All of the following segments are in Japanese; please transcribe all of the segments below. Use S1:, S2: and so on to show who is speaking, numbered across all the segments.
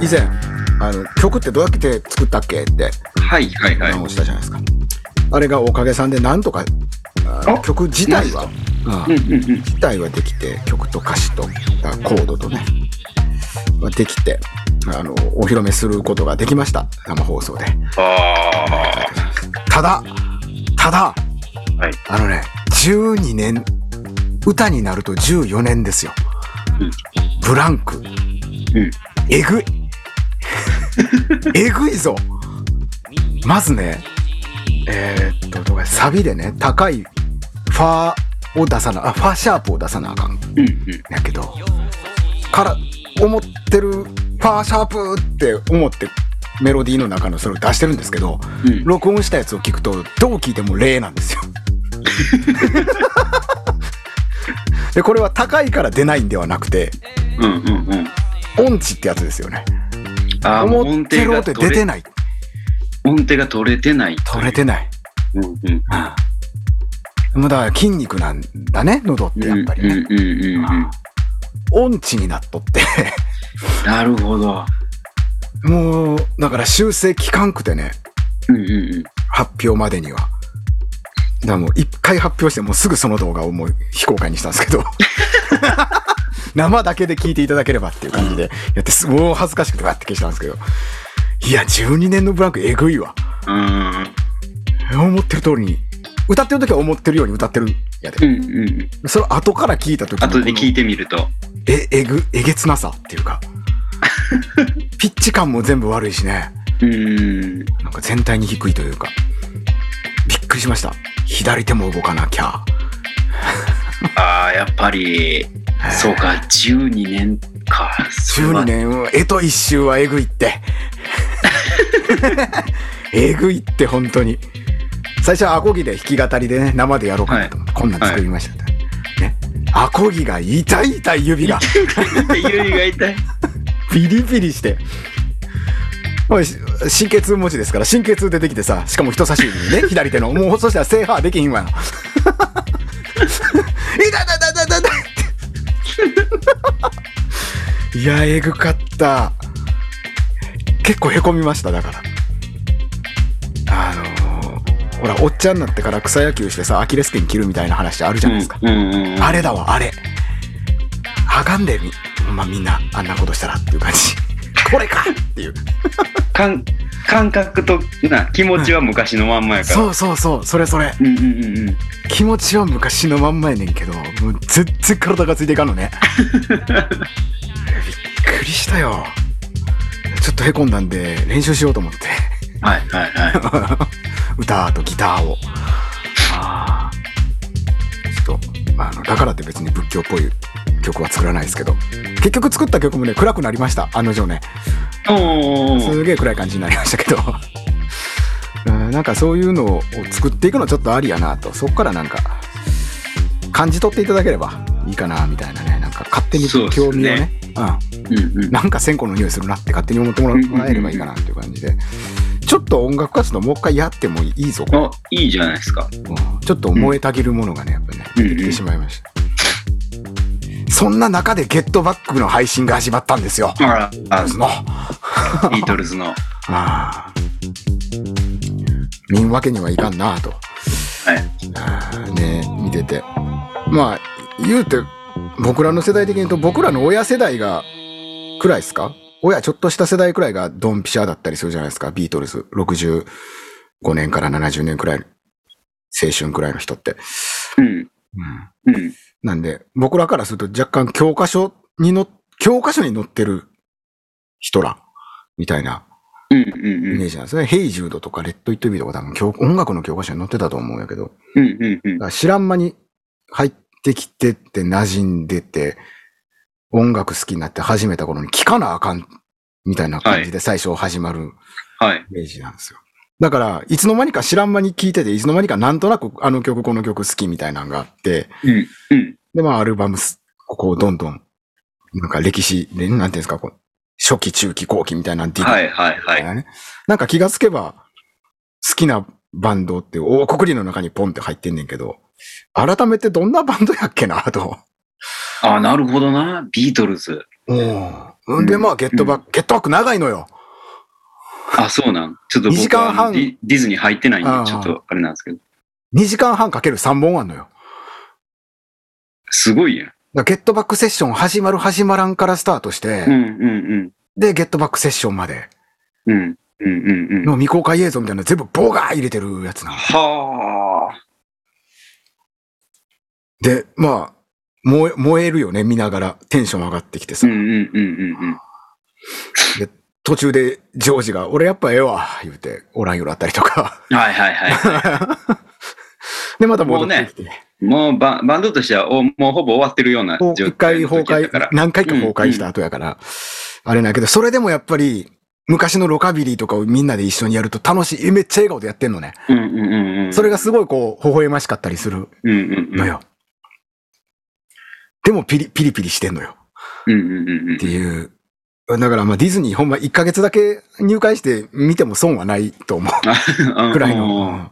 S1: 以前あの曲ってどうやって作ったっけって
S2: はいはいはい。
S1: 直したじゃないですか、あれがおかげさんでなんとかあの
S2: あ
S1: 曲自体は、
S2: う
S1: うんん
S2: うんうん。
S1: 自体はできて曲と歌詞とあコードとね、まあ、できてあのお披露目することができました生放送で
S2: あ
S1: ただただ
S2: あ。はい。
S1: あのね12年歌になると14年ですよ、
S2: うん
S1: ブランク
S2: うん。
S1: え ぐいえぐいぞまずねえーっとどうかサビでね高いファを出さなあファシャープを出さなあかん
S2: うんうん。
S1: やけどから思ってるパーシャープって思ってメロディーの中のそれを出してるんですけど、
S2: うん
S1: 録音したやつを聞くとどう聞いても「霊」なんですよ。 でこれは高いから出ないんではなくて
S2: うんうんうん。
S1: 音痴ってやつですよね。
S2: ああ、もう
S1: 思
S2: 音
S1: って
S2: 程
S1: る
S2: が
S1: 音出
S2: 取
S1: て
S2: れ
S1: ない
S2: 音程が取れてない。
S1: 取れてない。
S2: うんうん。
S1: もうだから筋肉なんだね喉ってやっぱりね。
S2: うんうんうんうん。
S1: 音痴になっとって
S2: なるほど。
S1: もうだから修正期間くてね
S2: うんうんうん。
S1: 発表までには。だからもう一回発表してもうすぐその動画をもう非公開にしたんです けど生だけで聞いていただければっていう感じでやってすもう恥ずかしくてバッて消したんですけどいや12年のブランクえぐいわ
S2: うん
S1: 思ってる通りに歌ってる時は思ってるように歌ってるんや
S2: う
S1: で
S2: んうん。
S1: それ後から聞いた時の
S2: 後で聞い
S1: こ
S2: てみると。
S1: のええぐえげつなさっていう かピッチ感も全部悪いしね
S2: うん。
S1: なんか全体に低いというかびっくりしました左手も動かなきゃ
S2: ああ、やっぱり。そうか、12年か。それは
S1: 12。年絵と一周はえぐいって えぐいって本当に最初はアコギで弾き語りでね生でやろうかなと思って、こんなん作りました、ねアコギが痛い痛い指が
S2: 指が痛い。
S1: ピリピリしておいし神経痛持ちですから神経痛出てきてさしかも人差し指にね左手のもうそしたら制覇できひんわな痛い痛い痛い痛い痛い痛いいやえぐかった結構へこみましただからあのーほらおっちゃんになってから草野球してさアキレス腱切るみたいな話あるじゃないですか、
S2: うんうんうん。
S1: あれだわ、あれ。あかんで、み、ほんまみんな、あんなことしたらっていう感じ。 これかっていう。
S2: 感感覚とな気持ちは昔のまんまやから。
S1: そうそうそう、それそれ。
S2: うんうんうんうん。
S1: 気持ちは昔のまんまやねんけど、もう全然体がついていかんのね。びっくりしたよ。ちょっとへこんだんで、練習しようと思って。
S2: はいはいはい。
S1: 歌とギターを。あーちょっと、まああの、だからって別に仏教っぽい曲は作らないですけど。結局作った曲もね、暗くなりました、案の定ね。
S2: おお。
S1: すげえ暗い感じになりましたけど うんなんかそういうのを作っていくのちょっとありやなとそっからなんか感じ取っていただければいいかなみたいなねなんか勝手に
S2: そう
S1: 興
S2: っすね
S1: 味をね
S2: うんう
S1: うんん、。なんか線香の匂いするなって勝手に思ってもらもらえればいいかなっていう感じでちょっと音楽活動もう一回やってもいいぞ、
S2: あいいじゃないですか。
S1: うんちょっと燃えたぎるものがねやっぱね
S2: うん
S1: 出てきてしまいました、そんな中で「ゲットバック」の配信が始まったんですよ。
S2: あらあ
S1: の
S2: ビートルズの。
S1: あ
S2: は
S1: あ。見んわけにはいかんなあと。
S2: い。
S1: ああね見てて。まあ、言うて、僕らの世代的に言うと、僕らの親世代が、くらいですか親ちょっとした世代くらいがドンピシャだったりするじゃないですか。ビートルズ。65年から70年くらい。青春くらいの人って。
S2: うん
S1: うん。
S2: うん。
S1: なんで、僕らからすると若干教科書にの、教科書に載ってる人ら、みたいな
S2: うん
S1: イ
S2: うん
S1: メージなんですね。ヘイジュードとかレッド・イット・ビーとか多分教音楽の教科書に載ってたと思うんやけど、
S2: うん。うんうんう
S1: だ。
S2: ん
S1: から知らん間に入ってきてって馴染んでて、音楽好きになって始めた頃に聴かなあかんみたいな感じで最初始まる
S2: はい。
S1: イメージなんですよ。だから、いつの間にか知らん間に聴いてて、いつの間にかなんとなくあの曲、この曲好きみたいなのがあって、
S2: うんうん。
S1: で、まあ、アルバムす、ここをどんどん、なんか歴史、ねなんていうんですか、こう初期、中期、後期みたいなディグ
S2: はいはいは
S1: み
S2: い。
S1: たいなねなんか気がつけば、好きなバンドって大国りの中にポンって入ってんねんけど、改めてどんなバンドやっけな、と。
S2: あなるほどな。ビートルズ。
S1: うんうん、で、まあ、ゲットバック、ゲットバック長いのよ。
S2: あ、そうなん。ちょっと
S1: 二時
S2: 僕
S1: 間半
S2: はディディズニー入ってないん
S1: ああ
S2: で、ちょっとあれなんですけど。
S1: 2時間半かける3本あんのよ。
S2: すごいやん。
S1: だからゲットバックセッション始まる始まらんからスタートして、
S2: うんうん
S1: で、ゲットバックセッションまで
S2: うん。うんうんうんうん。
S1: の未公開映像みたいなの全部ボガー入れてるやつなの。
S2: はあ。
S1: で、まあ、燃え燃えるよね、見ながら。テンション上がってきて
S2: う
S1: さ。
S2: んうんうんうんうん。
S1: 途中でジョージが、俺やっぱええわ、言うて、おらんようになったりとか。
S2: はいはいはい。
S1: で、また戻ってきて。
S2: もうババンドとしてはおもうほぼ終わってるような
S1: こう
S2: 状
S1: 一回
S2: 態の
S1: 崩
S2: 時やったから
S1: 壊、。何回か崩壊した後やから、あれなんやけど、それでもやっぱり、昔のロカビリーとかをみんなで一緒にやると楽しい、めっちゃ笑顔でやってんのね。
S2: うんうんうんうん。
S1: それがすごいこう、微笑ましかったりする
S2: うんうんうん。
S1: のよ。でもピリ、ピリピリしてんのよ。
S2: うんうんうんうん
S1: って。いう。だからまあディズニーほんま1ヶ月だけ入会して見ても損はないと思うくらいの、うんうん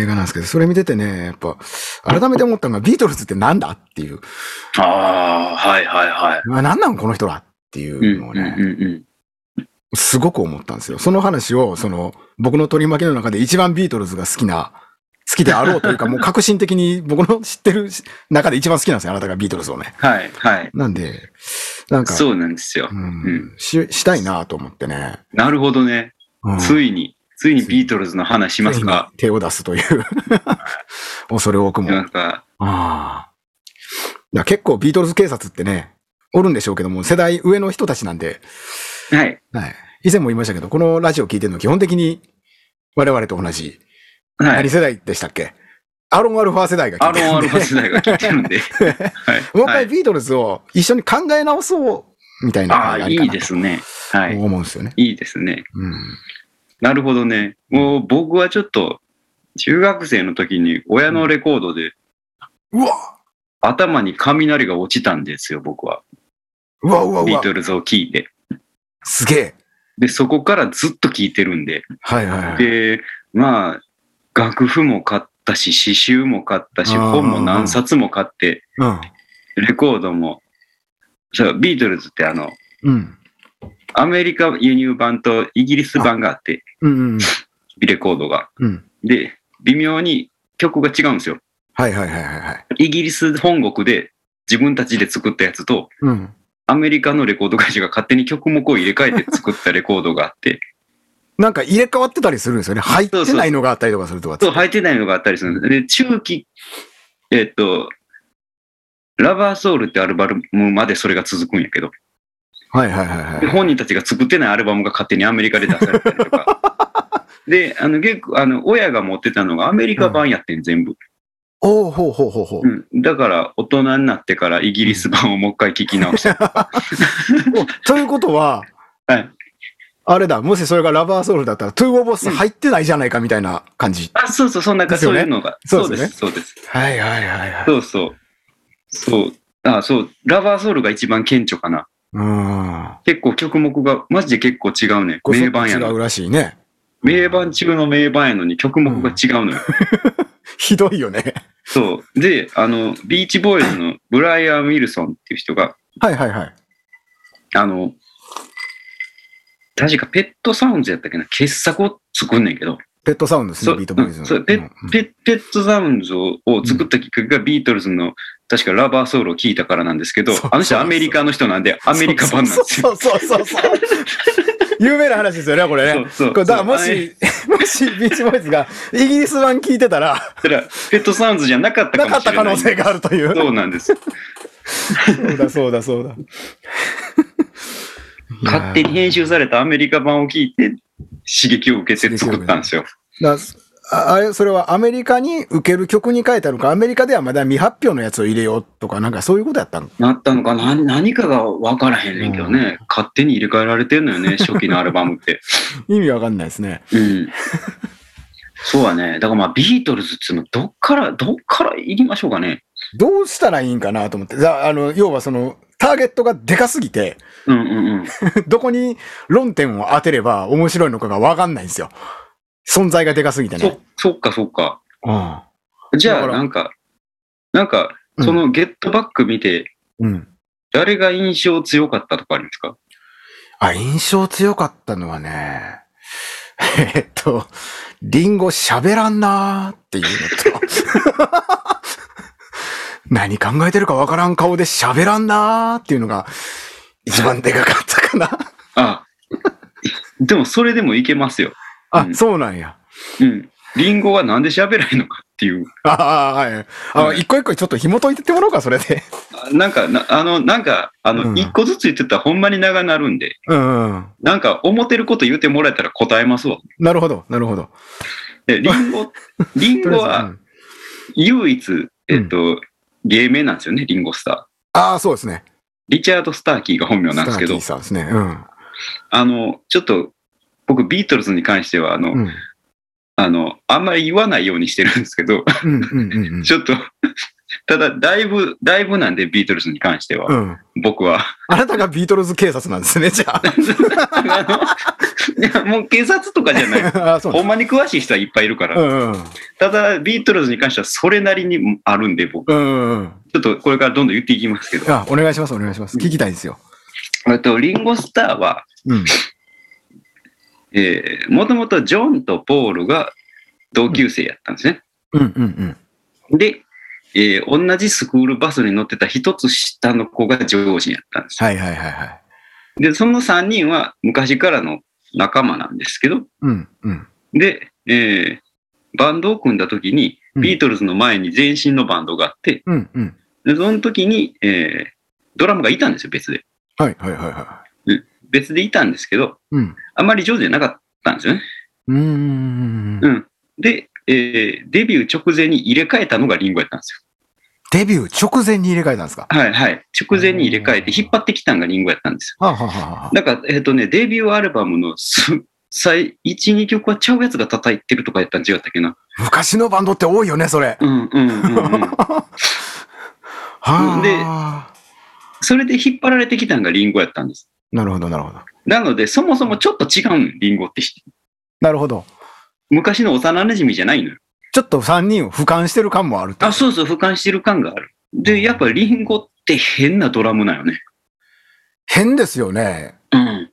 S1: 映画なんですけど、それ見ててね、やっぱ、改めて思ったのがビートルズってなんだっていう。
S2: ああ、はいはいはい。
S1: あ、なんなんこの人らっていうのをね、
S2: うん
S1: すごく思ったんですよ。その話を、その、僕の取り巻きの中で一番ビートルズが好きな、好きであろうという か、もう革新的に僕の知ってる中で一番好きなんですよ、あなたがビートルズをね。
S2: はいはい。
S1: なんで、なんか、
S2: そうなんですよ
S1: う。ん、
S2: ん
S1: し、したいなと思ってね。
S2: なるほどね。
S1: うん
S2: ついに、ついにビートルズの話しますか。
S1: 手を出すという 恐れ多くも。
S2: なんか、
S1: ああ。いや結構ビートルズ警察ってね、おるんでしょうけども、世代上の人たちなんで、
S2: はい。
S1: はい。以前も言いましたけど、このラジオ聞いてるの基本的に我々と同じ、
S2: は
S1: 何
S2: い。
S1: 世代でしたっけアロン・アルファ世代が聞
S2: ア
S1: いて
S2: ロン・ア
S1: る
S2: ル
S1: ん
S2: ファ
S1: で、
S2: 世代が聞いてる んで。
S1: も
S2: はい。
S1: う一回
S2: はい
S1: ビートルズを一緒に考え直そう、みたいな
S2: あ
S1: 感
S2: あ、
S1: じ
S2: い
S1: があるか
S2: い
S1: な
S2: ですね。はい。
S1: と思うんですよね。
S2: いいですね。
S1: うん。
S2: なるほどね。もう僕はちょっと、中学生の時に親のレコードで
S1: うわ
S2: 頭に雷が落ちたんですよ、僕は。
S1: うわうわう
S2: ビー
S1: わ
S2: トルズを聞いて。
S1: すげえ
S2: で、そこからずっと聞いてるんで。
S1: はいはいはい。
S2: で、まあ、楽譜も買ったし、詩集も買ったし、
S1: あー
S2: 本も何冊も買って、
S1: うん。
S2: レコードも。そう、ビートルズってあの、
S1: うん。
S2: アメリカ輸入版とイギリス版があって、
S1: うんうん。
S2: レコードが。
S1: うん。
S2: で、微妙に曲が違うんですよ。
S1: はいはいはいはいはい。
S2: イギリス本国で自分たちで作ったやつと、
S1: うん。
S2: アメリカのレコード会社が勝手に曲目を入れ 替えて作ったレコードがあって、
S1: なんか入れ替わってたりするんですよね。入ってないのがあったりとかするとかって
S2: そう、入ってないのがあったりするんです。で、中期、えっと、ラバーソウルってアルバムまでそれが続くんやけど、
S1: はいはいはい
S2: で
S1: はい。
S2: 本人たちが作ってないアルバムが勝手にアメリカで出されたりとか。 で、あの、結構、あの、親が持ってたのがアメリカ版やってん、全部。
S1: おおほうほうほうほう。
S2: うん。だから、大人になってからイギリス版をもう一回聞き直 した。
S1: おということは、
S2: はい。
S1: あれだ、もしそれがラバーソウルだったら、トゥーオーボス入ってないじゃないかみたいな感じ。
S2: あ、そうそう、そんな
S1: で
S2: か、
S1: すよ
S2: そう
S1: ね
S2: いうのが。
S1: そう
S2: そう
S1: です
S2: で
S1: よね
S2: す、そうです。
S1: はいはいはいはい。
S2: そうそう。そう。あ、そう。ラバーソウルが一番顕著かな。
S1: うーん。
S2: 結構曲目が、マジで結構違うね。
S1: これ
S2: 名盤や
S1: 違
S2: の。
S1: うらしいね。
S2: 名盤中の名盤やのに曲目が違うのよ。
S1: ひどいよね。
S2: そう。で、あの、ビーチボーイズのブライアン・ウィルソンっていう人が、
S1: はいはいはい。
S2: あの、確かペットサウンズやったっけな、傑作を作んねんけど、
S1: ペットサウンドです
S2: そ
S1: ね、
S2: う
S1: ビートボーイズ
S2: う
S1: の。
S2: んそうペ
S1: うんうん
S2: ペペットサウンズをを作ったきっかけがビートルズの、確かラバーソウルを聴いたからなんですけど
S1: そう、
S2: あの人
S1: そう
S2: アメリカの人なんで、アメリカ版なんですよ。
S1: そうそうそうそう。有名な話ですよね、これね。
S2: そうそう
S1: これだからも
S2: そうあれ
S1: し、もしビーチボーイズがイギリス版聞いてたら、
S2: だから、ペットサウンズじゃなかったか
S1: なか
S2: も
S1: っ
S2: し
S1: た
S2: れない。
S1: 可能性があるという。
S2: そうなんです。
S1: そうだそうだそうだ。
S2: 勝手に編集されたアメリカ版を聞いて、刺激を受けて作ったんですよ。
S1: だああれ、それはアメリカに受ける曲に書いてあるのか、アメリカではまだ未発表のやつを入れようとか、なんかそういうことやったの
S2: なったのかな何かが分からへんねんけどね。勝手に入れ替えられてんのよ ね、初期のアルバムって。
S1: 意味わかんないですね。
S2: うん。そうやね。だからまあ、ビートルズっていうの、どっから、どっから言いましょうかね。
S1: どうしたらいいんかなと思って。じゃあ、あの、要はその、ターゲットがでかすぎて、
S2: うんうん
S1: どこに論点を当てれば面白いのかがわかんないんですよ。存在がでかすぎ
S2: う
S1: て
S2: ん。
S1: ね
S2: そ。、そっかそっか。
S1: うん。
S2: じゃ
S1: だ
S2: あ、
S1: から
S2: なんか、なんか、そのゲットバック見て、
S1: うん。
S2: 誰が印象強かったとかありますか
S1: あ、印象強かったのはね、えっと、リンゴ喋らんなーっていうのと、 何考えてるかわからん顔で喋らんなーっていうのが一番でかかったかな。
S2: あ、でもそれでもいけますよ。
S1: あ、
S2: うん
S1: そうなんや。
S2: うん。リンゴはなんで喋らないのかっていう。
S1: ああ、はい。あ、
S2: うん
S1: 一個一個ちょっと紐解いてってもらおうか、それで。
S2: あなんか、なあの、なんか、あ
S1: う
S2: の、
S1: ん
S2: 一個ずつ言ってたらほんまに長なるんで、
S1: うん、うん。
S2: なんか思ってること言ってもらえたら答えますわ。
S1: なるほど、なるほど。
S2: で、リンゴ、リン
S1: と
S2: ゴ
S1: りあえずう
S2: は
S1: ん
S2: 唯一、えっと、芸名なんですよね、リンゴスター。
S1: ああ、そうですね。
S2: リチャード・スターキーが本名なんですけど
S1: ス、ターキーさんですね。うん。
S2: あの、ちょっと、僕、ビートルズに関しては、あの、
S1: うん。
S2: あの、あんまり言わないようにしてるんですけど、
S1: うん、うん、うんうん。
S2: ちょっと、ただ、だいぶ、だいぶなんで、ビートルズに関しては、
S1: うん。
S2: 僕 は。
S1: あなたがビートルズ警察なんですね、じゃあ。
S2: あのいや、もう警察とかじゃない。
S1: ああ、そうなんだ
S2: ほんまに詳しい人はいっぱいいるから、
S1: うんうん
S2: ただ、ビートルズに関してはそれなりにあるんで、僕、
S1: うんうん。
S2: ちょっとこれからどんどん言っていきますけど、
S1: あ、お願いします、お願いします。聞きたいんですよ。
S2: えっと、リンゴスターは、
S1: うん。
S2: えー、もともとジョンとポールが同級生やったんですね。
S1: うんうんうん。
S2: で、えー同じスクールバスに乗ってた一つ下の子が上司やったんですよ。
S1: はいはいはいはい。
S2: で、その3人は昔からの仲間なんですけど、
S1: うんうん。
S2: で、えーバンドを組んだ時に、
S1: うん
S2: ビートルズの前に前身のバンドがあって、
S1: うんうん。
S2: でその時に、えードラムがいたんですよ、別で。
S1: はいはいはいは
S2: 別でいたんですけど、
S1: い。うん。
S2: あまり上手じゃなかったんですよね。
S1: うーん
S2: う。ん。で、えーデビュー直前に入れ替えたのがリンゴやったんですよ。
S1: デビュー直前に入れ替えたんですか
S2: はいはい。直前に入れ替えて
S1: うん
S2: 引っ張ってきたのがリンゴやったんですよ
S1: はあはあはあはあ。
S2: なんか、えっ、とね、デビューアルバムのす最、1、2曲はちゃうやつが叩いてるとかやったん違ったっけな。
S1: 昔のバンドって多いよね、それ。
S2: うんうんうん、 うん。
S1: はあ。
S2: それで引っ張られてきたのがリンゴやったんです。
S1: なるほどなるほど。
S2: なので、そもそもちょっと違うんよリンゴって。
S1: なるほど。
S2: 昔の幼馴染じゃないのよ。
S1: ちょっと3人を俯瞰してる感もあると
S2: あ、そうそう、俯瞰してる感がある。で、やっぱりリンゴって変なドラムなんよね。
S1: 変ですよね。
S2: うん。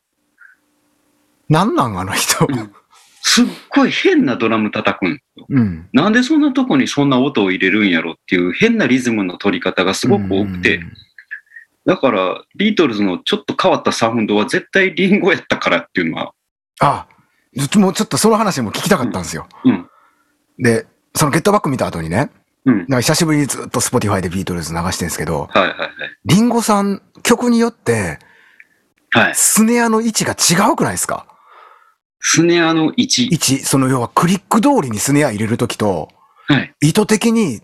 S1: なんなんあの 人。
S2: すっごい変なドラム叩くんですよ。
S1: うん。
S2: なんでそんなとこにそんな音を入れるんやろっていう変なリズムの取り方がすごく多くて、だから、ビートルズのちょっと変わったサウンドは絶対リンゴやったからっていうのは、
S1: あ、もうちょっとその話も聞きたかったんですよ。
S2: うん、
S1: で、そのゲットバック見た後にね、
S2: うん
S1: だ、から久しぶりにずっと Spotify でビートルズ流してるんですけど、
S2: はいはいはい。
S1: リンゴさん曲によって
S2: はい。
S1: スネアの位置が違うくないですか
S2: スネアの1
S1: 位。置、その要はクリック通りにスネア入れるときと、
S2: はい。
S1: 意図的に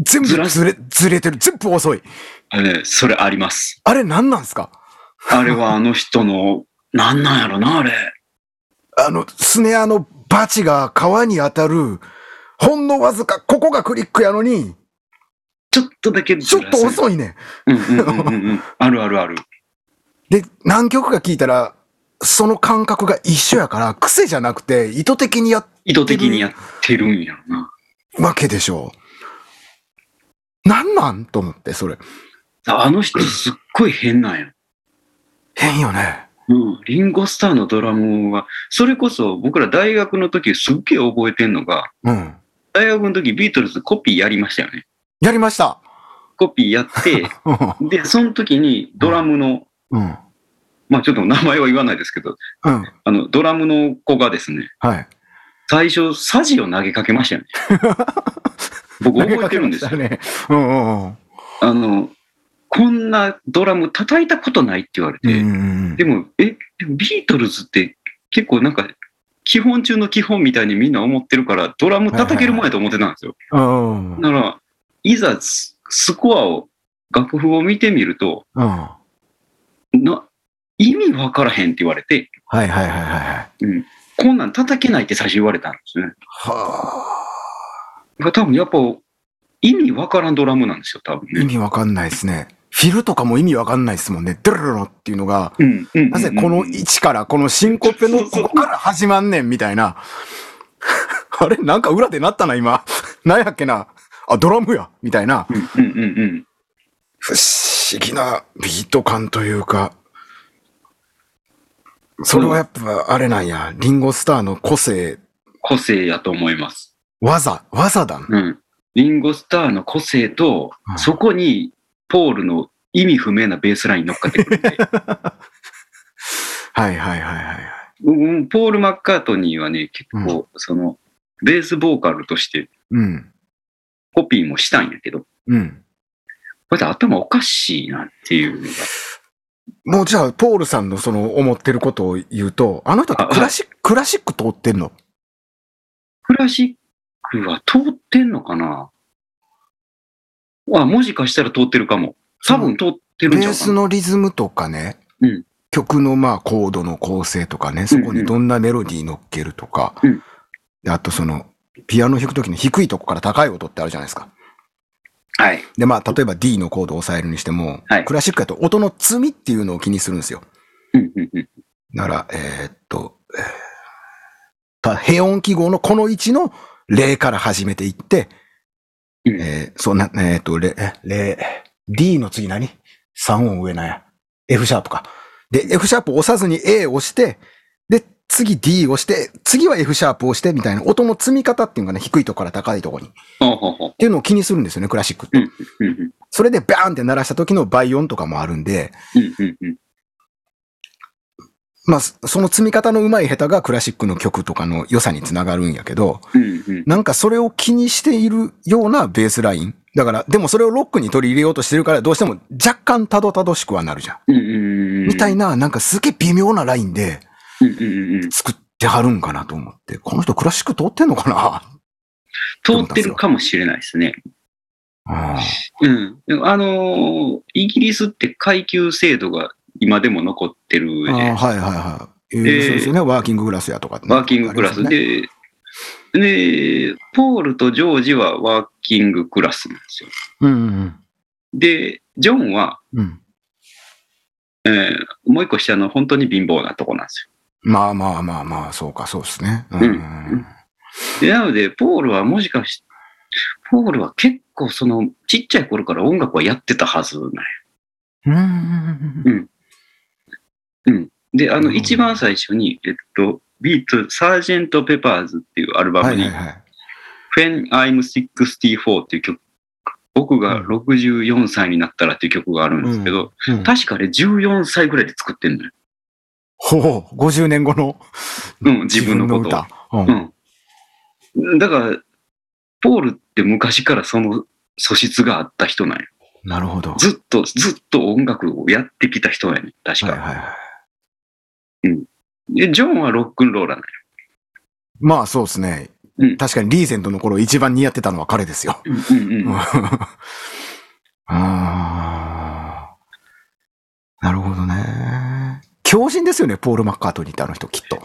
S1: 全部
S2: ずらす
S1: ずれ、ずれてる。全部遅い。
S2: あれね、それあります。
S1: あれ何なんですか
S2: あれはあの人の、なんなんやろな、あれ。
S1: あの、スネアのバチが川に当たる、ほんのわずか、ここがクリックやのに、
S2: ちょっとだけ
S1: ち
S2: ず
S1: ょ
S2: ら
S1: っ
S2: せ
S1: と
S2: る
S1: 遅いねん。
S2: うんうんうんうんうん。あるあるある。
S1: で、何曲か聴いたら、その感覚が一緒やから、癖じゃなくて、意図的にやっ
S2: 意図的にやってるんやろな。
S1: わけでしょう。なんなんと思って、それ。
S2: あの人すっごい変なんや。
S1: 変よね。
S2: うん。リンゴスターのドラムは、それこそ僕ら大学の時すっげえ覚えてんのが、
S1: うん。
S2: 大学の時ビートルズコピーやりましたよね。
S1: やりました。
S2: コピー やって、
S1: う
S2: で、その時にドラムの、
S1: ん。
S2: まあちょっと名前は言わないですけど、
S1: うん。
S2: あの、ドラムの子がですね、
S1: はい。
S2: 最初、サジを投げかけましたよね。僕覚えてるんですよ。
S1: 投げかけましたね。うんうんうん
S2: あの、こんなドラム叩いたことないって言われて、
S1: うんうん。
S2: でも、え、でもビートルズって結構なんか、基本中の基本みたいにみんな思ってるから、ドラム叩けるもんやと思ってたんですよ。
S1: うん。うん。
S2: だから、いざススコアを、楽譜を見てみると、
S1: は
S2: な、意味わからへんって言われて、
S1: いはいはいはいはい。
S2: うん、こんなん叩けないって最初言われたんですね。だ
S1: は
S2: から多分やっぱ意味わからんドラムなんですよ、多分
S1: あ。
S2: ね。
S1: 意味わかんないですね。フィルとかも意味わかんないですもんね。ドゥルルルっていうのが、
S2: うんうんうんうん
S1: なぜこの位置から、このシンコペのここから始まんねんみたいな。あれなんか裏でなったな、今。なんやっけな。あ、ドラムやみたいな。
S2: うんうんうんうん
S1: 不思思議なビート感というか、それはやっぱあれなんや、リンゴスターの個性、
S2: 個性やと思います。
S1: 技、技だん。
S2: うん。リンゴスターの個性と
S1: う、ん
S2: そこにポールの意味不明なベースライン乗っかってくるん で。
S1: はいはいはいはい。
S2: うん、ポール・マッカートニーはね、結構、その、ベースボーカルとして
S1: うん、
S2: コピーもしたんやけど、
S1: うん。
S2: これで頭おかしいなっていうのが。
S1: もうじゃあ、ポールさんのその思ってることを言うと、あなたってクラシック、クラシック通ってんの
S2: クラシックは通ってんのかなあ、もしかしたら通ってるかも。多分通ってる
S1: ベ
S2: んちゃ
S1: ー
S2: うか
S1: ス
S2: な。
S1: のリズムとかね、
S2: うん
S1: 曲のまあコードの構成とかね、そこにどんなメロディー乗っけるとか、
S2: うん
S1: であとその、ピアノ弾くときに低いとこから高い音ってあるじゃないですか。
S2: はい。
S1: で、まあ、例えば D のコードを抑えるにしても、
S2: はい
S1: クラシックやと音の積みっていうのを気にするんですよ。
S2: うんうんうん
S1: なら、えーっと、えーた平音記号のこの位置の0から始めていって、
S2: うん
S1: えーそうな、えーっと、0、0、D の次何 ?3 音上なんや。F シャープか。で、F シャープ押さずに A を押して、で、次 D を押して、次は F シャープを押してみたいな音の積み方っていうのがね、低いとこから高いとこに。っ
S2: ほうほうほう
S1: ていうのを気にするんですよね、クラシックって。
S2: うんうん
S1: それでバーンって鳴らした時の倍音とかもあるんで、
S2: うんうんうん
S1: まあ、そその積み方の上手い下手がクラシックの曲とかの良さにつながるんやけど、
S2: うんうん
S1: なんかそれを気にしているようなベースライン。だから、でもそれをロックに取り入れようとしてるから、どうしても若干たどたどしくはなるじゃん。
S2: うんうんうん
S1: みたいな、なんかすげえ微妙なラインで
S2: うんうんうん
S1: 作ってはるんかなと思って、この人クラシック通ってんのか
S2: 通ってるかもしれないですね。
S1: な
S2: うん。でもあのーイギリスって階級制度が今でも残ってる
S1: うん
S2: じゃ
S1: あ
S2: な
S1: ー
S2: いですか
S1: はいはいはい。そう
S2: で
S1: ですよね。ワーキングクラスやとかってね、
S2: ワーキングクラ
S1: あ
S2: ス
S1: りますよね。
S2: で、で、ポールとジョージはワーキングクラスなんですよ。
S1: うんうん
S2: で、ジョンは、
S1: うん。うん。
S2: えーもう一個下の本当に貧乏なとこなんです
S1: まあまあまあまあ、そうか、そうですね。うん
S2: うんよ。でなので、ポールはもしかして、ポールは結構その、ちっちゃい頃から音楽はやってたはずなんよ
S1: うんうん
S2: で、あの、
S1: うん
S2: 一番最初に、えっと、ビート、サージェント・ペパーズっていうアルバ
S1: は
S2: ム
S1: い
S2: に
S1: はい、はい。
S2: When I'm 64っていう曲、僕が64歳になったらっていう曲があるんですけど、
S1: うん
S2: 確かあれ14歳ぐらいで作ってんのよ。
S1: ほう、50年後の
S2: うん、自分のことを。
S1: 自分の歌。うん
S2: うん。だから、ポールって昔からその素質があった人なんや。
S1: なるほど。
S2: ずっと、ずっと音楽をやってきた人やねん確か、
S1: はいはいはい。
S2: で。ジョンはロックンローラーなん
S1: まあそうですね。
S2: うん
S1: 確かにリーゼントの頃一番似合ってたのは彼ですよ。
S2: やうんうんうん。
S1: あーなるほどね。狂人ですよね、ポール・マッカートニーってあの人、きっと。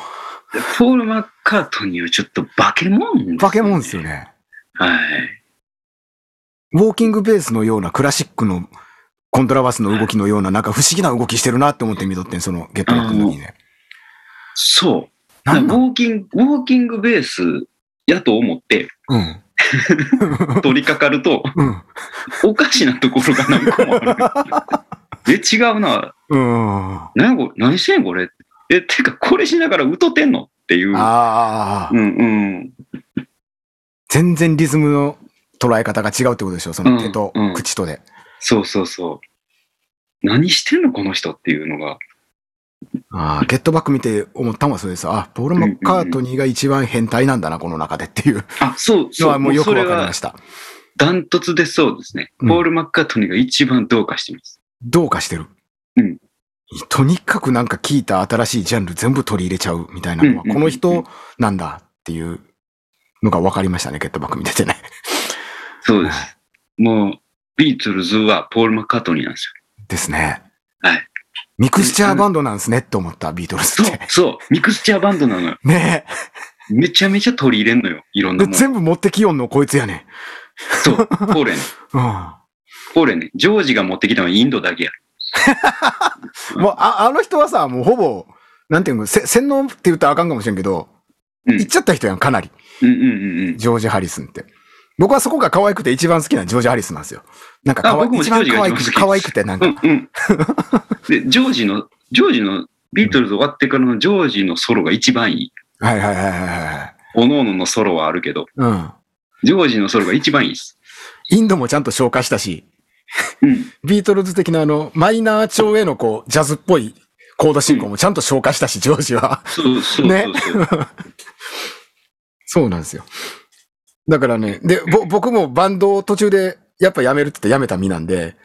S2: ポール・マッカートニーはちょっと化け物です、
S1: 化け物ですよ。ね。
S2: はい。
S1: ウォーキングベースのようなクラシックのコントラバスの動きのような、なんか不思議な動きしてるなって思って見とってん、そのゲットバックの時にね。
S2: そう。
S1: な
S2: だから
S1: んな
S2: ウ
S1: ん
S2: ォーキング、ウォーキングベースやと思って
S1: うん。
S2: 取り掛かると、
S1: うん。
S2: おかしなところが何個もあ る。え、違うな。
S1: うん。あ
S2: 何やこれ何してんこれ。え、てか、これしながら歌ってんのっていう。
S1: あー。
S2: うんうん。
S1: 全然リズムの捉え方が違うってことでしょ、その手と
S2: うんうん
S1: 口とで。
S2: そうそうそう。何してんのこの人っていうのが。
S1: ああ、ゲットバック見て思ったのはそうです。あ、ポール・マッカートニーが一番変態なんだな、この中でっていう
S2: あ、そう
S1: の
S2: そ
S1: は
S2: う。
S1: もうよく
S2: それ
S1: わかりま
S2: は
S1: した。
S2: ダントツでそうですね。
S1: うん
S2: ポール・マッカートニーが一番どうかしてます。
S1: どうかしてる。
S2: うん
S1: とにかくなんか聞いた新しいジャンル全部取り入れちゃうみたいなのは、
S2: うんうん
S1: この人なんだっていうのがわかりましたね、ゲットバック見ててね。
S2: そうです。もう、ビートルズはポール・マッカートニーなんです
S1: ですね。
S2: はい。
S1: ミクスチャーバンドなんですねって思った、ビートルズ
S2: よ。
S1: っ
S2: そう
S1: て。、
S2: そう。ミクスチャーバンドなのよ。
S1: ね
S2: めちゃめちゃ取り入れんのよ。いろ
S1: え。
S2: ん
S1: で
S2: なもの。そう。
S1: 全部持ってきよんのこいつやね。
S2: ポーレね。
S1: うん。も
S2: ポーレね。ジョージが持ってきたのはインドだけや。
S1: う、あ、あの人はさ、もうほぼ、なんていうの、せ洗脳って言ったらあかんかもしれんけど、
S2: うん
S1: 行っちゃった人やん、かなり。
S2: うんうんうんうん。
S1: ジョージ・ハリスンって。僕はそこが可愛くて一番好きなジョージ・ハリスなんですよ。なんか可
S2: あ
S1: 愛
S2: 僕も
S1: 一番可愛く
S2: ジ
S1: て、
S2: ョージが一番好きです
S1: 可愛くてなん
S2: う
S1: か、
S2: んうん。で、ジョージの、ジョージの、ビートルズ終わってからのジョージのソロが一番いい。
S1: はいはいはいはいはい。
S2: おのののソロはあるけど、
S1: うん。
S2: ジョージのソロが一番いいです。
S1: インドもちゃんと消化したし、
S2: うん。
S1: ビートルズ的なあの、マイナー調へのこう、ジャズっぽいコード進行もちゃんと消化したし、ジョージは。
S2: そうそう
S1: ね
S2: そうそう。
S1: そうなんですよ。だからね、で、ぼ、 僕もバンドを途中で、やっぱやめるって言ってやめた身なんで、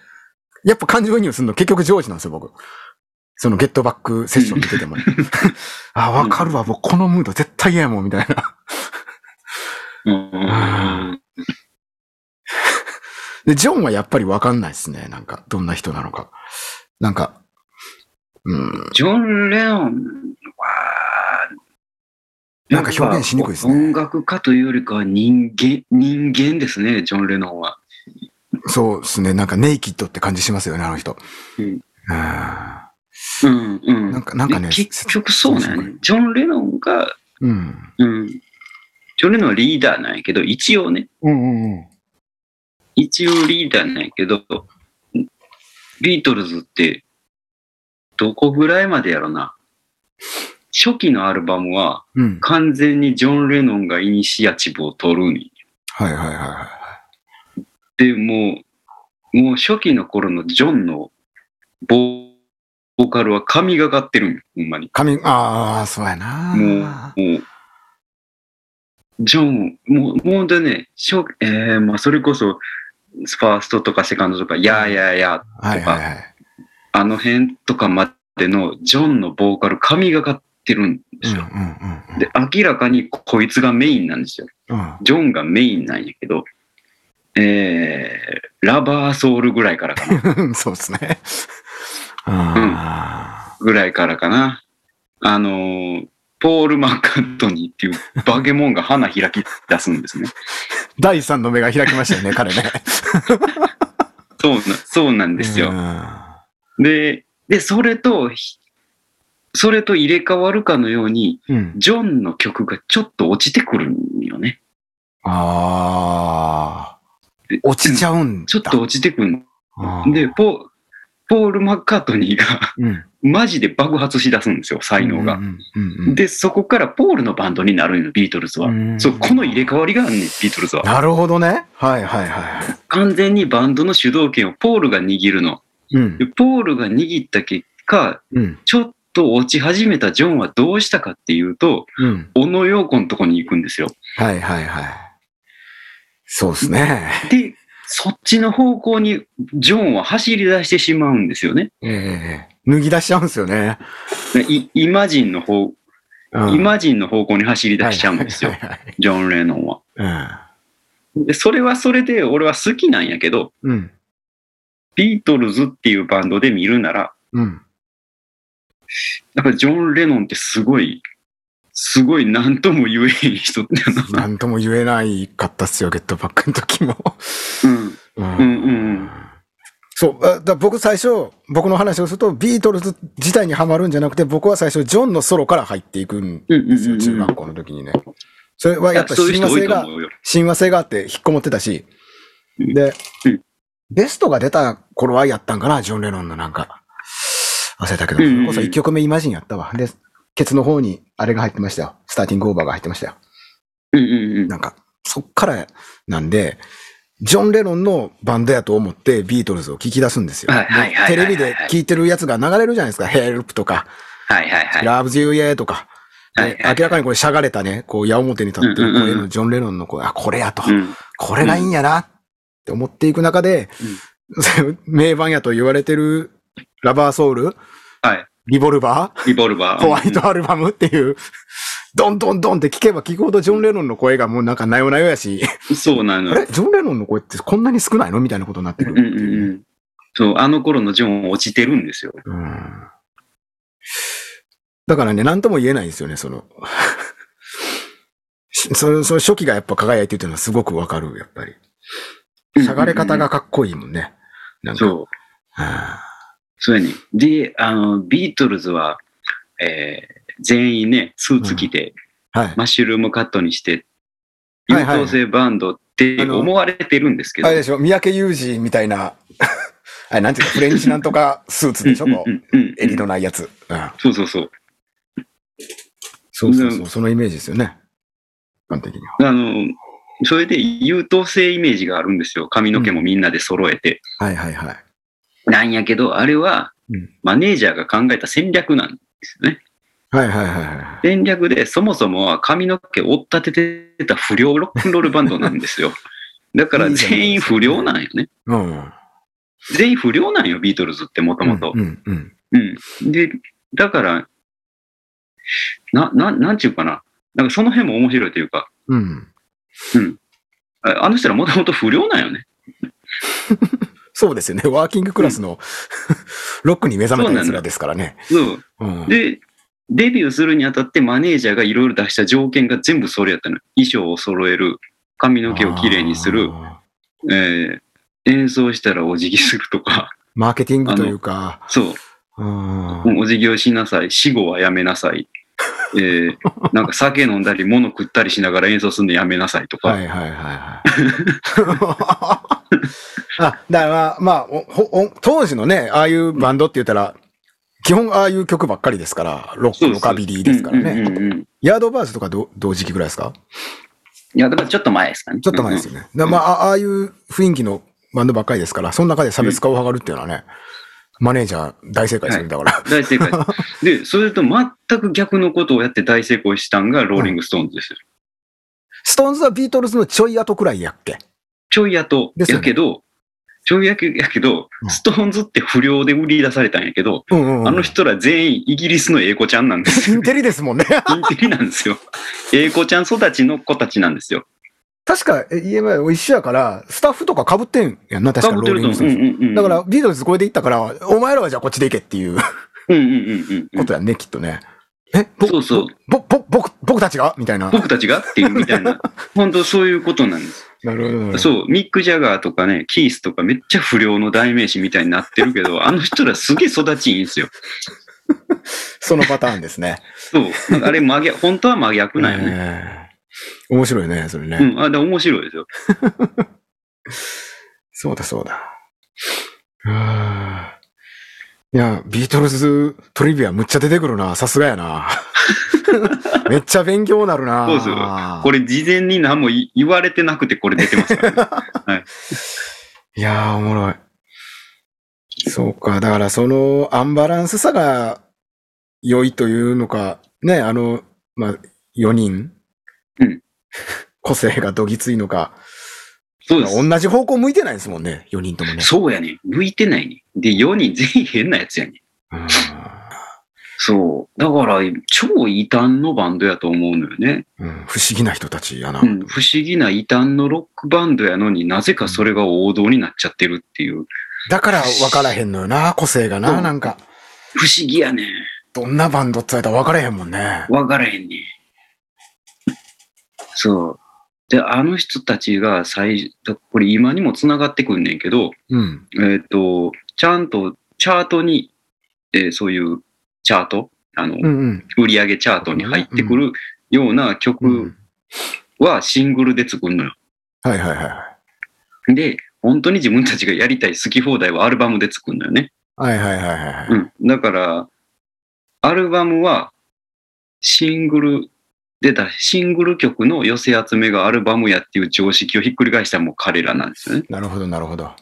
S1: やっぱ感情移入するの結局ジョージなんですよ、僕。そのゲットバックセッション見てて もね。あ、わかるわ、僕このムード絶対嫌やもん、みたいな。
S2: うんうんうん
S1: で、ジョンはやっぱりわかんないですね、なんか、どんな人なのか。なんか、うん、
S2: ジョン・レオンは、
S1: なんか表現しにくいですね
S2: 音楽家というよりかは人間、人間ですね、ジョン・レノンは。
S1: そうですね、なんかネイキッドって感じしますよね、あの人。
S2: うん
S1: うん
S2: うんうん。
S1: なんかなんかね
S2: で結局そうなんや
S1: そう
S2: ね。ジョン・レノンが、
S1: うん。
S2: うん。ジョン・レノンはリーダーなんやけど、一応ね、
S1: うんうんうん。
S2: 一応リーダーなんやけど、ビートルズって、どこぐらいまでやろな。初期のアルバムは
S1: うん。
S2: 完全にジョン・レノンがイニシアチブを取るんや
S1: はいはいはいはい。
S2: でもう、もう初期の頃のジョンのボーカルは神がかってるんよ、ほんまに。
S1: 髪、ああ、そうやな。
S2: もう、もう、ジョン、もう、もうでね、初えー、まあ、それこそ、ファーストとかセカンドとか、やーやーやー、
S1: はいはいはい。
S2: あの辺とかまでのジョンのボーカル、神がかってるんで
S1: うん
S2: す
S1: うん
S2: よ。
S1: うんうん。
S2: で、明らかにこいつがメインなんですよ。
S1: うん、
S2: ジョンがメインなんやけど、えー、ラバーソウルぐらいからか な。
S1: そうですね。あ
S2: ぐらいからかな。あのーポール・マッカントニーっていうバケモンが花開き出すんですね。
S1: ー第三の目が開きましたよね、彼ね。
S2: そうな、そうなん です
S1: うん
S2: よ。
S1: は
S2: で、で、それと、ひそれと入れ替わるかのように、
S1: いうん。
S2: ジョンの曲がちょっと落ちてくるんよね。
S1: ああ。落ちち
S2: ゃ
S1: ゃうんだ。
S2: ちょっと落ちてくる
S1: あ
S2: ん
S1: ー
S2: で、、ポポール・マッカートニーが
S1: うん、
S2: マジで爆発し出すんですよ、才能が
S1: う。んうんうんうん
S2: で、そこからポールのバンドになるんよ、ビートルズは。
S1: うん
S2: そう、この入れ替わりがあるねん、ビートルズは。
S1: なるほどね。はいはいはいは
S2: 完全にバンドの主導権をポールが握るの。
S1: い。うん
S2: で。ポールが握った結果、
S1: うん。
S2: ちょっと落ち始めたジョンはどうしたかっていうと、
S1: うん。
S2: 小野洋子のとこに行くんですよ。
S1: はいはいはい。そうですね。
S2: で、そっちの方向にジョンは走り出してしまうんですよね。
S1: ええ脱ぎ出しちゃうんですよね。
S2: イイマジンの方、
S1: うん
S2: イマジンの方向に走り出しちゃうんですよ
S1: はい。はいはい
S2: ジョン・レノンは。
S1: はい
S2: で、それはそれで俺は好きなんやけど、
S1: うん。うん。
S2: ビートルズっていうバンドで見るなら、
S1: うん。
S2: やっぱりジョン・レノンってすごい、すごい何とも言えへん人だな。
S1: なんとも言えないかったっすよ、ゲットバックの時も。
S2: うん。
S1: う
S2: うんうん
S1: そう、あだ僕最初、僕の話をすると、ビートルズ自体にはまるんじゃなくて、僕は最初、ジョンのソロから入っていくん
S2: うんうん
S1: です
S2: うんう
S1: よ、
S2: ん
S1: 中学校の時にね。それはいや
S2: や
S1: っぱ
S2: そういう
S1: 親
S2: 人
S1: 和
S2: 多い
S1: 性
S2: と
S1: が、
S2: 思うよ。
S1: 親和性があって引っこもってたし、で
S2: うん、
S1: ベストが出た頃はやったんかな、ジョン・レノンのなんか。忘れたけど、それこそ1曲目イマジンやったわ。で、ケツの方にあれが入ってましたよ。スターティングオーバーが入ってましたよ。
S2: うんうんうん。
S1: なんか、そっからなんで、ジョン・レノンのバンドやと思ってビートルズを聞き出すんですよ。
S2: はいはいはい
S1: テ
S2: は
S1: レ
S2: いはい
S1: ビで聞いてるやつが流れるじゃないですか。Help とか、
S2: はいはいはい。
S1: Loves You Yeah とか。で
S2: はいはい
S1: 明らかにこれしゃがれたね、こう矢面に立って
S2: うんうんう
S1: る
S2: ん
S1: 声のジョン・レノンの声、あ、これやと、
S2: うん
S1: これがいいんやなって思っていく中で、 名盤やと言われてるラバーソウル、
S2: はい。
S1: リボルバー、
S2: リボル バー。
S1: ホワイ
S2: うん
S1: トアルバムっていう、ドンドンドンって聞けば聞くほどジョン・レノンの声がもうなんかなよなよやし、
S2: うんそうなの
S1: あ
S2: よ。
S1: れジョン・レノンの声ってこんなに少ないのみたいなことになってく
S2: うんう
S1: る。
S2: んうん。そう、あの頃のジョン落ちてるんですよ。
S1: うんだからね、なんとも言えないんですよね、その。 しそのその初期がやっぱ輝いてるというのはすごくわかる、やっぱり。しゃがれ方がかっこいいもんね。なんか。
S2: そう。
S1: は
S2: そうやね。で、あの、ビートルズは、えー全員ね、スーツ着て、
S1: あはい。
S2: マッシュルームカットにして、
S1: は
S2: 優
S1: いはい
S2: 等生バンドってって思われてるんですけど
S1: あれ。でしょ三宅裕二みたいな、 あれなんていうか、フレンチなんとかスーツでしょこ
S2: う
S1: う、
S2: んうんうんうん
S1: 襟のないやつ。うん
S2: そうそうそう。
S1: そうそうそうう、そのイメージですよね。一般的には。
S2: あの、それで優等生イメージがあるんですよ。髪の毛もみんなで揃えて。
S1: はいはいはい。
S2: なんやけど、あれは
S1: うん、
S2: マネージャーが考えた戦略なんですよね。
S1: はいはいはいはい。
S2: 戦略で、そもそもは髪の毛を追っ立ててた不良ロックンロールバンドなんです よ。だから全員不良なんよね。
S1: うん。
S2: 全員不良なんよ、ビートルズってもともと
S1: う。んうん。
S2: うん。で、だから、な、な、なんちゅうかな。なんかその辺も面白いというか、
S1: うん。
S2: ああの人らもともと不良なん よね。
S1: そうですよね。ワーキングクラスのロックに目覚めた奴らですからね。
S2: そう。
S1: うん。
S2: で、デビューするにあたってマネージャーがいろいろ出した条件が全部それやったの。衣装を揃える、髪の毛をきれいにする、
S1: あ
S2: えー演奏したらお辞儀するとか、
S1: ー。マーケティングというか、
S2: そう、
S1: うん。
S2: お辞儀をしなさい、死後はやめなさい、え ーなんか酒飲んだり物食ったりしながら演奏するのやめなさいとか、
S1: はいはいはいはい。あ、だからまあ、まあおほお当時のね、ああいうバンドって言ったら、基本ああいう曲ばっかりですから、ロッ
S2: そ
S1: ク、
S2: うそう
S1: ロカビリーですからね。
S2: うんうんうん
S1: ヤードバーズとかど同時期ぐらいですか
S2: いや、だからちょっと前ですかね。
S1: ちょっと前ですよね。だからまあ、あああいう雰囲気のバンドばっかりですから、その中で差別化を図るっていうのはね、マネージャー大正解でするんだから。
S2: うんうん。大正 解です。で、それと全く逆のことをやって大成功したんがローリングストーンズですよ。
S1: ストーンズはビートルズのちょい後くらいやっけ
S2: ちょいやと、
S1: ですよ
S2: や
S1: ね
S2: けど、ちょいやけやけど、
S1: うん
S2: ストーンズって不良で売り出されたんやけど、
S1: うんうんうん
S2: あの人ら全員イギリスの英子ちゃんな んです
S1: イ
S2: よ
S1: ン。テリですもん ね。
S2: インテリなんですよ。英子ちゃん育ちの子たちなんですよ。
S1: 確か、え言えば一緒やから、スタッフとか被ってんやんな、確かローリングス
S2: う
S1: ト
S2: ん
S1: ー
S2: う
S1: ン
S2: ん
S1: ズ
S2: うん。
S1: だか、ら、ビートルズこれで行ったから、お前らはじゃあこっちで行けっていう
S2: うんうんうんう
S1: こ
S2: ん。
S1: とやんね、きっとね。え、ぼ
S2: そうそう。
S1: ぼ、ぼ、僕、僕たちがみたいな。
S2: 僕たちがっていうみた いな、本当そういうことなんです。
S1: なるほど。
S2: そう、ミック・ジャガーとかね、キースとかめっちゃ不良の代名詞みたいになってるけど、あの人らすげえ育ちいいんですよ。
S1: そのパターンですね。
S2: そう。なんかあれ真逆、 本当は真逆なんよね。
S1: ね面白いね、それね。
S2: うん、あ、で面白いですよ。
S1: そうだそうだ。あーいや、ビートルズトリビアむっちゃ出てくるな。さすがや な。めっちゃ勉強なるな。
S2: そうですよこれ事前に何もい言われてなくてこれ出てますから、ね。
S1: いやー、おもろい。そうか。だから、そのアンバランスさが良いというのか、ね、あの、まあ、4人。
S2: うん
S1: 個性がどぎついのか。
S2: そうです。
S1: 同じ方向向いてないですもんね。4人ともね。
S2: そうやね。向いてないね。で、4人全員変なやつやね。
S1: うん
S2: そう。だから、超異端のバンドやと思うのよね。
S1: うん不思議な人たちやな。
S2: うん。不思議な異端のロックバンドやのになぜかそれが王道になっちゃってるっていう。
S1: だから分からへんのよな、個性が
S2: そ
S1: な、
S2: う
S1: なんか。
S2: 不思議やね。
S1: どんなバンドって言われたら分からへんもんね。
S2: わからへんね。そう。で、あの人たちが最、だこれ今にも繋がってくんねんけど、
S1: うん。
S2: えっ、と、ちゃんとチャートに、えーそういうチャート、あの、
S1: うんうん。
S2: 売り上げチャートに入ってくるような曲はシングルで作るのよ。
S1: はいはいはいはい。
S2: で、本当に自分たちがやりたい好き放題はアルバムで作るのよね。
S1: はいはいはいはいはい。
S2: うん。だから、アルバムはシングルでだ、シングル曲の寄せ集めがアルバムやっていう常識をひっくり返したのも彼らなんですよね。
S1: なるほどなるほど。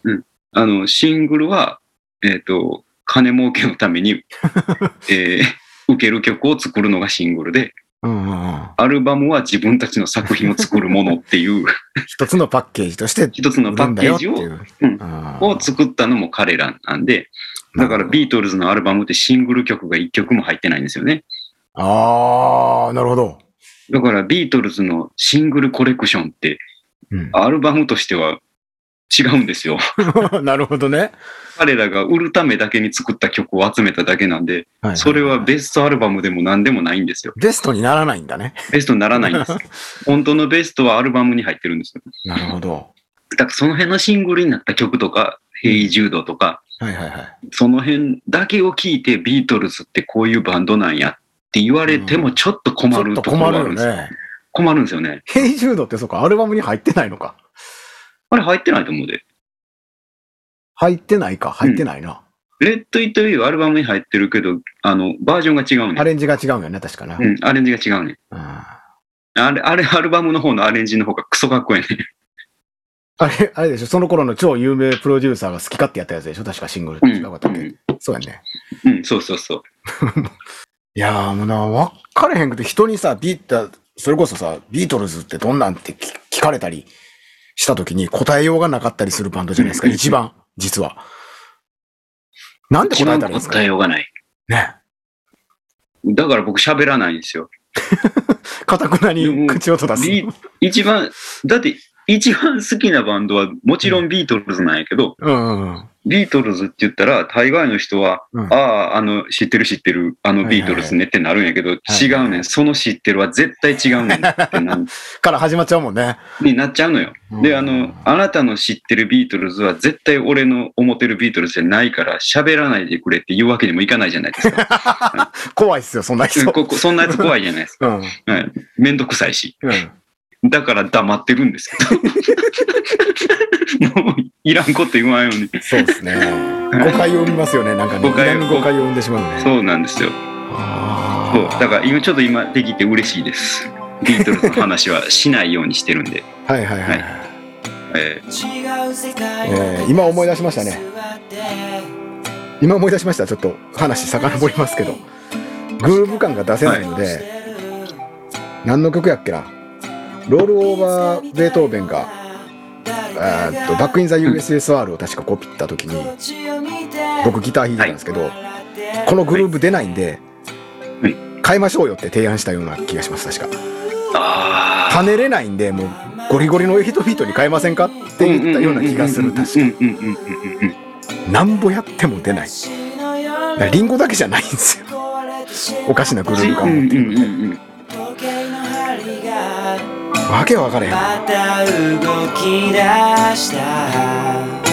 S2: あの、シングルは、えっ、と、金儲けのために、えー受ける曲を作るのがシングルで、
S1: うんうんうん。
S2: アルバムは自分たちの作品を作るものっていう、
S1: 一つのパッケージとして
S2: 一つの
S1: 売
S2: パ
S1: るん
S2: ッ
S1: だ
S2: ケ
S1: よ
S2: ー
S1: って
S2: ジ
S1: い
S2: を
S1: う。
S2: うん
S1: あー
S2: を作ったのも彼らなんで、だからビートルズのアルバムってシングル曲が1曲も入ってないんですよね。
S1: ああ、なるほど。
S2: だからビートルズのシングルコレクションって
S1: うん
S2: アルバムとしては違うんですよ。
S1: なるほどね。
S2: 彼らが売るためだけに作った曲を集めただけなんで、
S1: は
S2: それは
S1: ベ
S2: ベストアルバムでも何でもないんですよ。
S1: ストにならないんだね。
S2: ベストにならな いんですよ。本当のベストはアルバムに入ってるんですよ。
S1: なるほど。
S2: だからその辺のシングルになった曲とか、ヘイジュードとか、
S1: はいはいはい。
S2: その辺だけを聞いてビートルズってこういうバンドなんやって言われてもちょっと困
S1: ちょ
S2: る
S1: っと
S2: ところ
S1: 困
S2: があ
S1: るよ
S2: るんですよ。
S1: ね。
S2: 困るんですよね。
S1: ヘイジュードってそうか、アルバムに入ってないのか。
S2: あれ入ってないと思うで。
S1: 入ってないか、入ってないな。
S2: レッド・イット・ビーはアルバムに入ってるけど、あの、バージョンが違うね
S1: ア
S2: ん。
S1: レンジが違うんやね、確かな。
S2: うん、アレンジが違う
S1: う
S2: ねん。
S1: ん
S2: あれ、あれ、アルバムの方のアレンジの方がクソかっこいいねん。
S1: あれ、あれでしょ、その頃の超有名プロデューサーが好き勝手やったやつでしょ、確かシングルと
S2: うん
S1: 違かったっけ、そうやね。
S2: うん、うんそうそうそう。
S1: いやーもうな、わかれへんくて、人にさ、ビータ、それこそさ、ビートルズってどんなんって聞聞かれたりした時に答えようがなかったりするバンドじゃないですか、
S2: うん
S1: 一番、実は。なんで
S2: 一
S1: 答え
S2: 番
S1: たらいいんですか
S2: 答えようがない。
S1: ね。
S2: だから僕喋らないんですよ。
S1: かたくなに口を閉ざす。
S2: ビ一番、だって、一番好きなバンドはもちろんビートルズなんやけど、
S1: うんうんうん。
S2: ビートルズって言ったら大概の人は、
S1: うん
S2: ああ、あの、知ってる知ってる、あのビートルズねってなるんやけど、
S1: はい
S2: 違うねん、その知ってるは絶対違うねんってな
S1: から始まっちゃうもんね。
S2: になっちゃうのよ。
S1: う
S2: で、
S1: ん
S2: あの、あなたの知ってるビートルズは絶対俺の思ってるビートルズじゃないから喋らないでくれって言うわけにもいかないじゃないですか。
S1: 怖いっすよ、そんな人。
S2: ここそんなやつ怖いじゃないですか。
S1: うん。うん。
S2: めんどくさいし。だから黙ってるんですけど。もういらんこと言わんように。
S1: そうですね。誤解を生みますよね、なんかね。
S2: 誤解
S1: 無
S2: を
S1: 駄に誤解を生んでしまうね。
S2: そうなんですよ。そう。だから今ちょっと今できて嬉しいです。ビートルズの話はしないようにしてるんで。
S1: はいはいはい。
S2: え
S3: えー今思い出しましたね
S1: 今思い出しました。ちょっと話遡りますけど。グルーヴ感が出せないので、何の曲やっけな。ロールオーバーベートーベンが、えーっと、バックインザ USSR を確かコピった時に、僕ギター弾いてたんですけど、このグルーヴ出ないんで、
S2: はい
S1: 買いましょうよって提案したような気がします、確か。
S2: あ
S1: 跳ねれないんでもうゴリゴリのエイトビートに変えませんかって言ったような気がする確
S2: かうんうんうんうんうんうん。
S1: かなんぼやっても出ないだからリンゴだけじゃないんですよおかしなグルーヴ
S2: うん
S1: 感
S2: うんうんうん。
S1: わけわかれへん
S3: また動き出した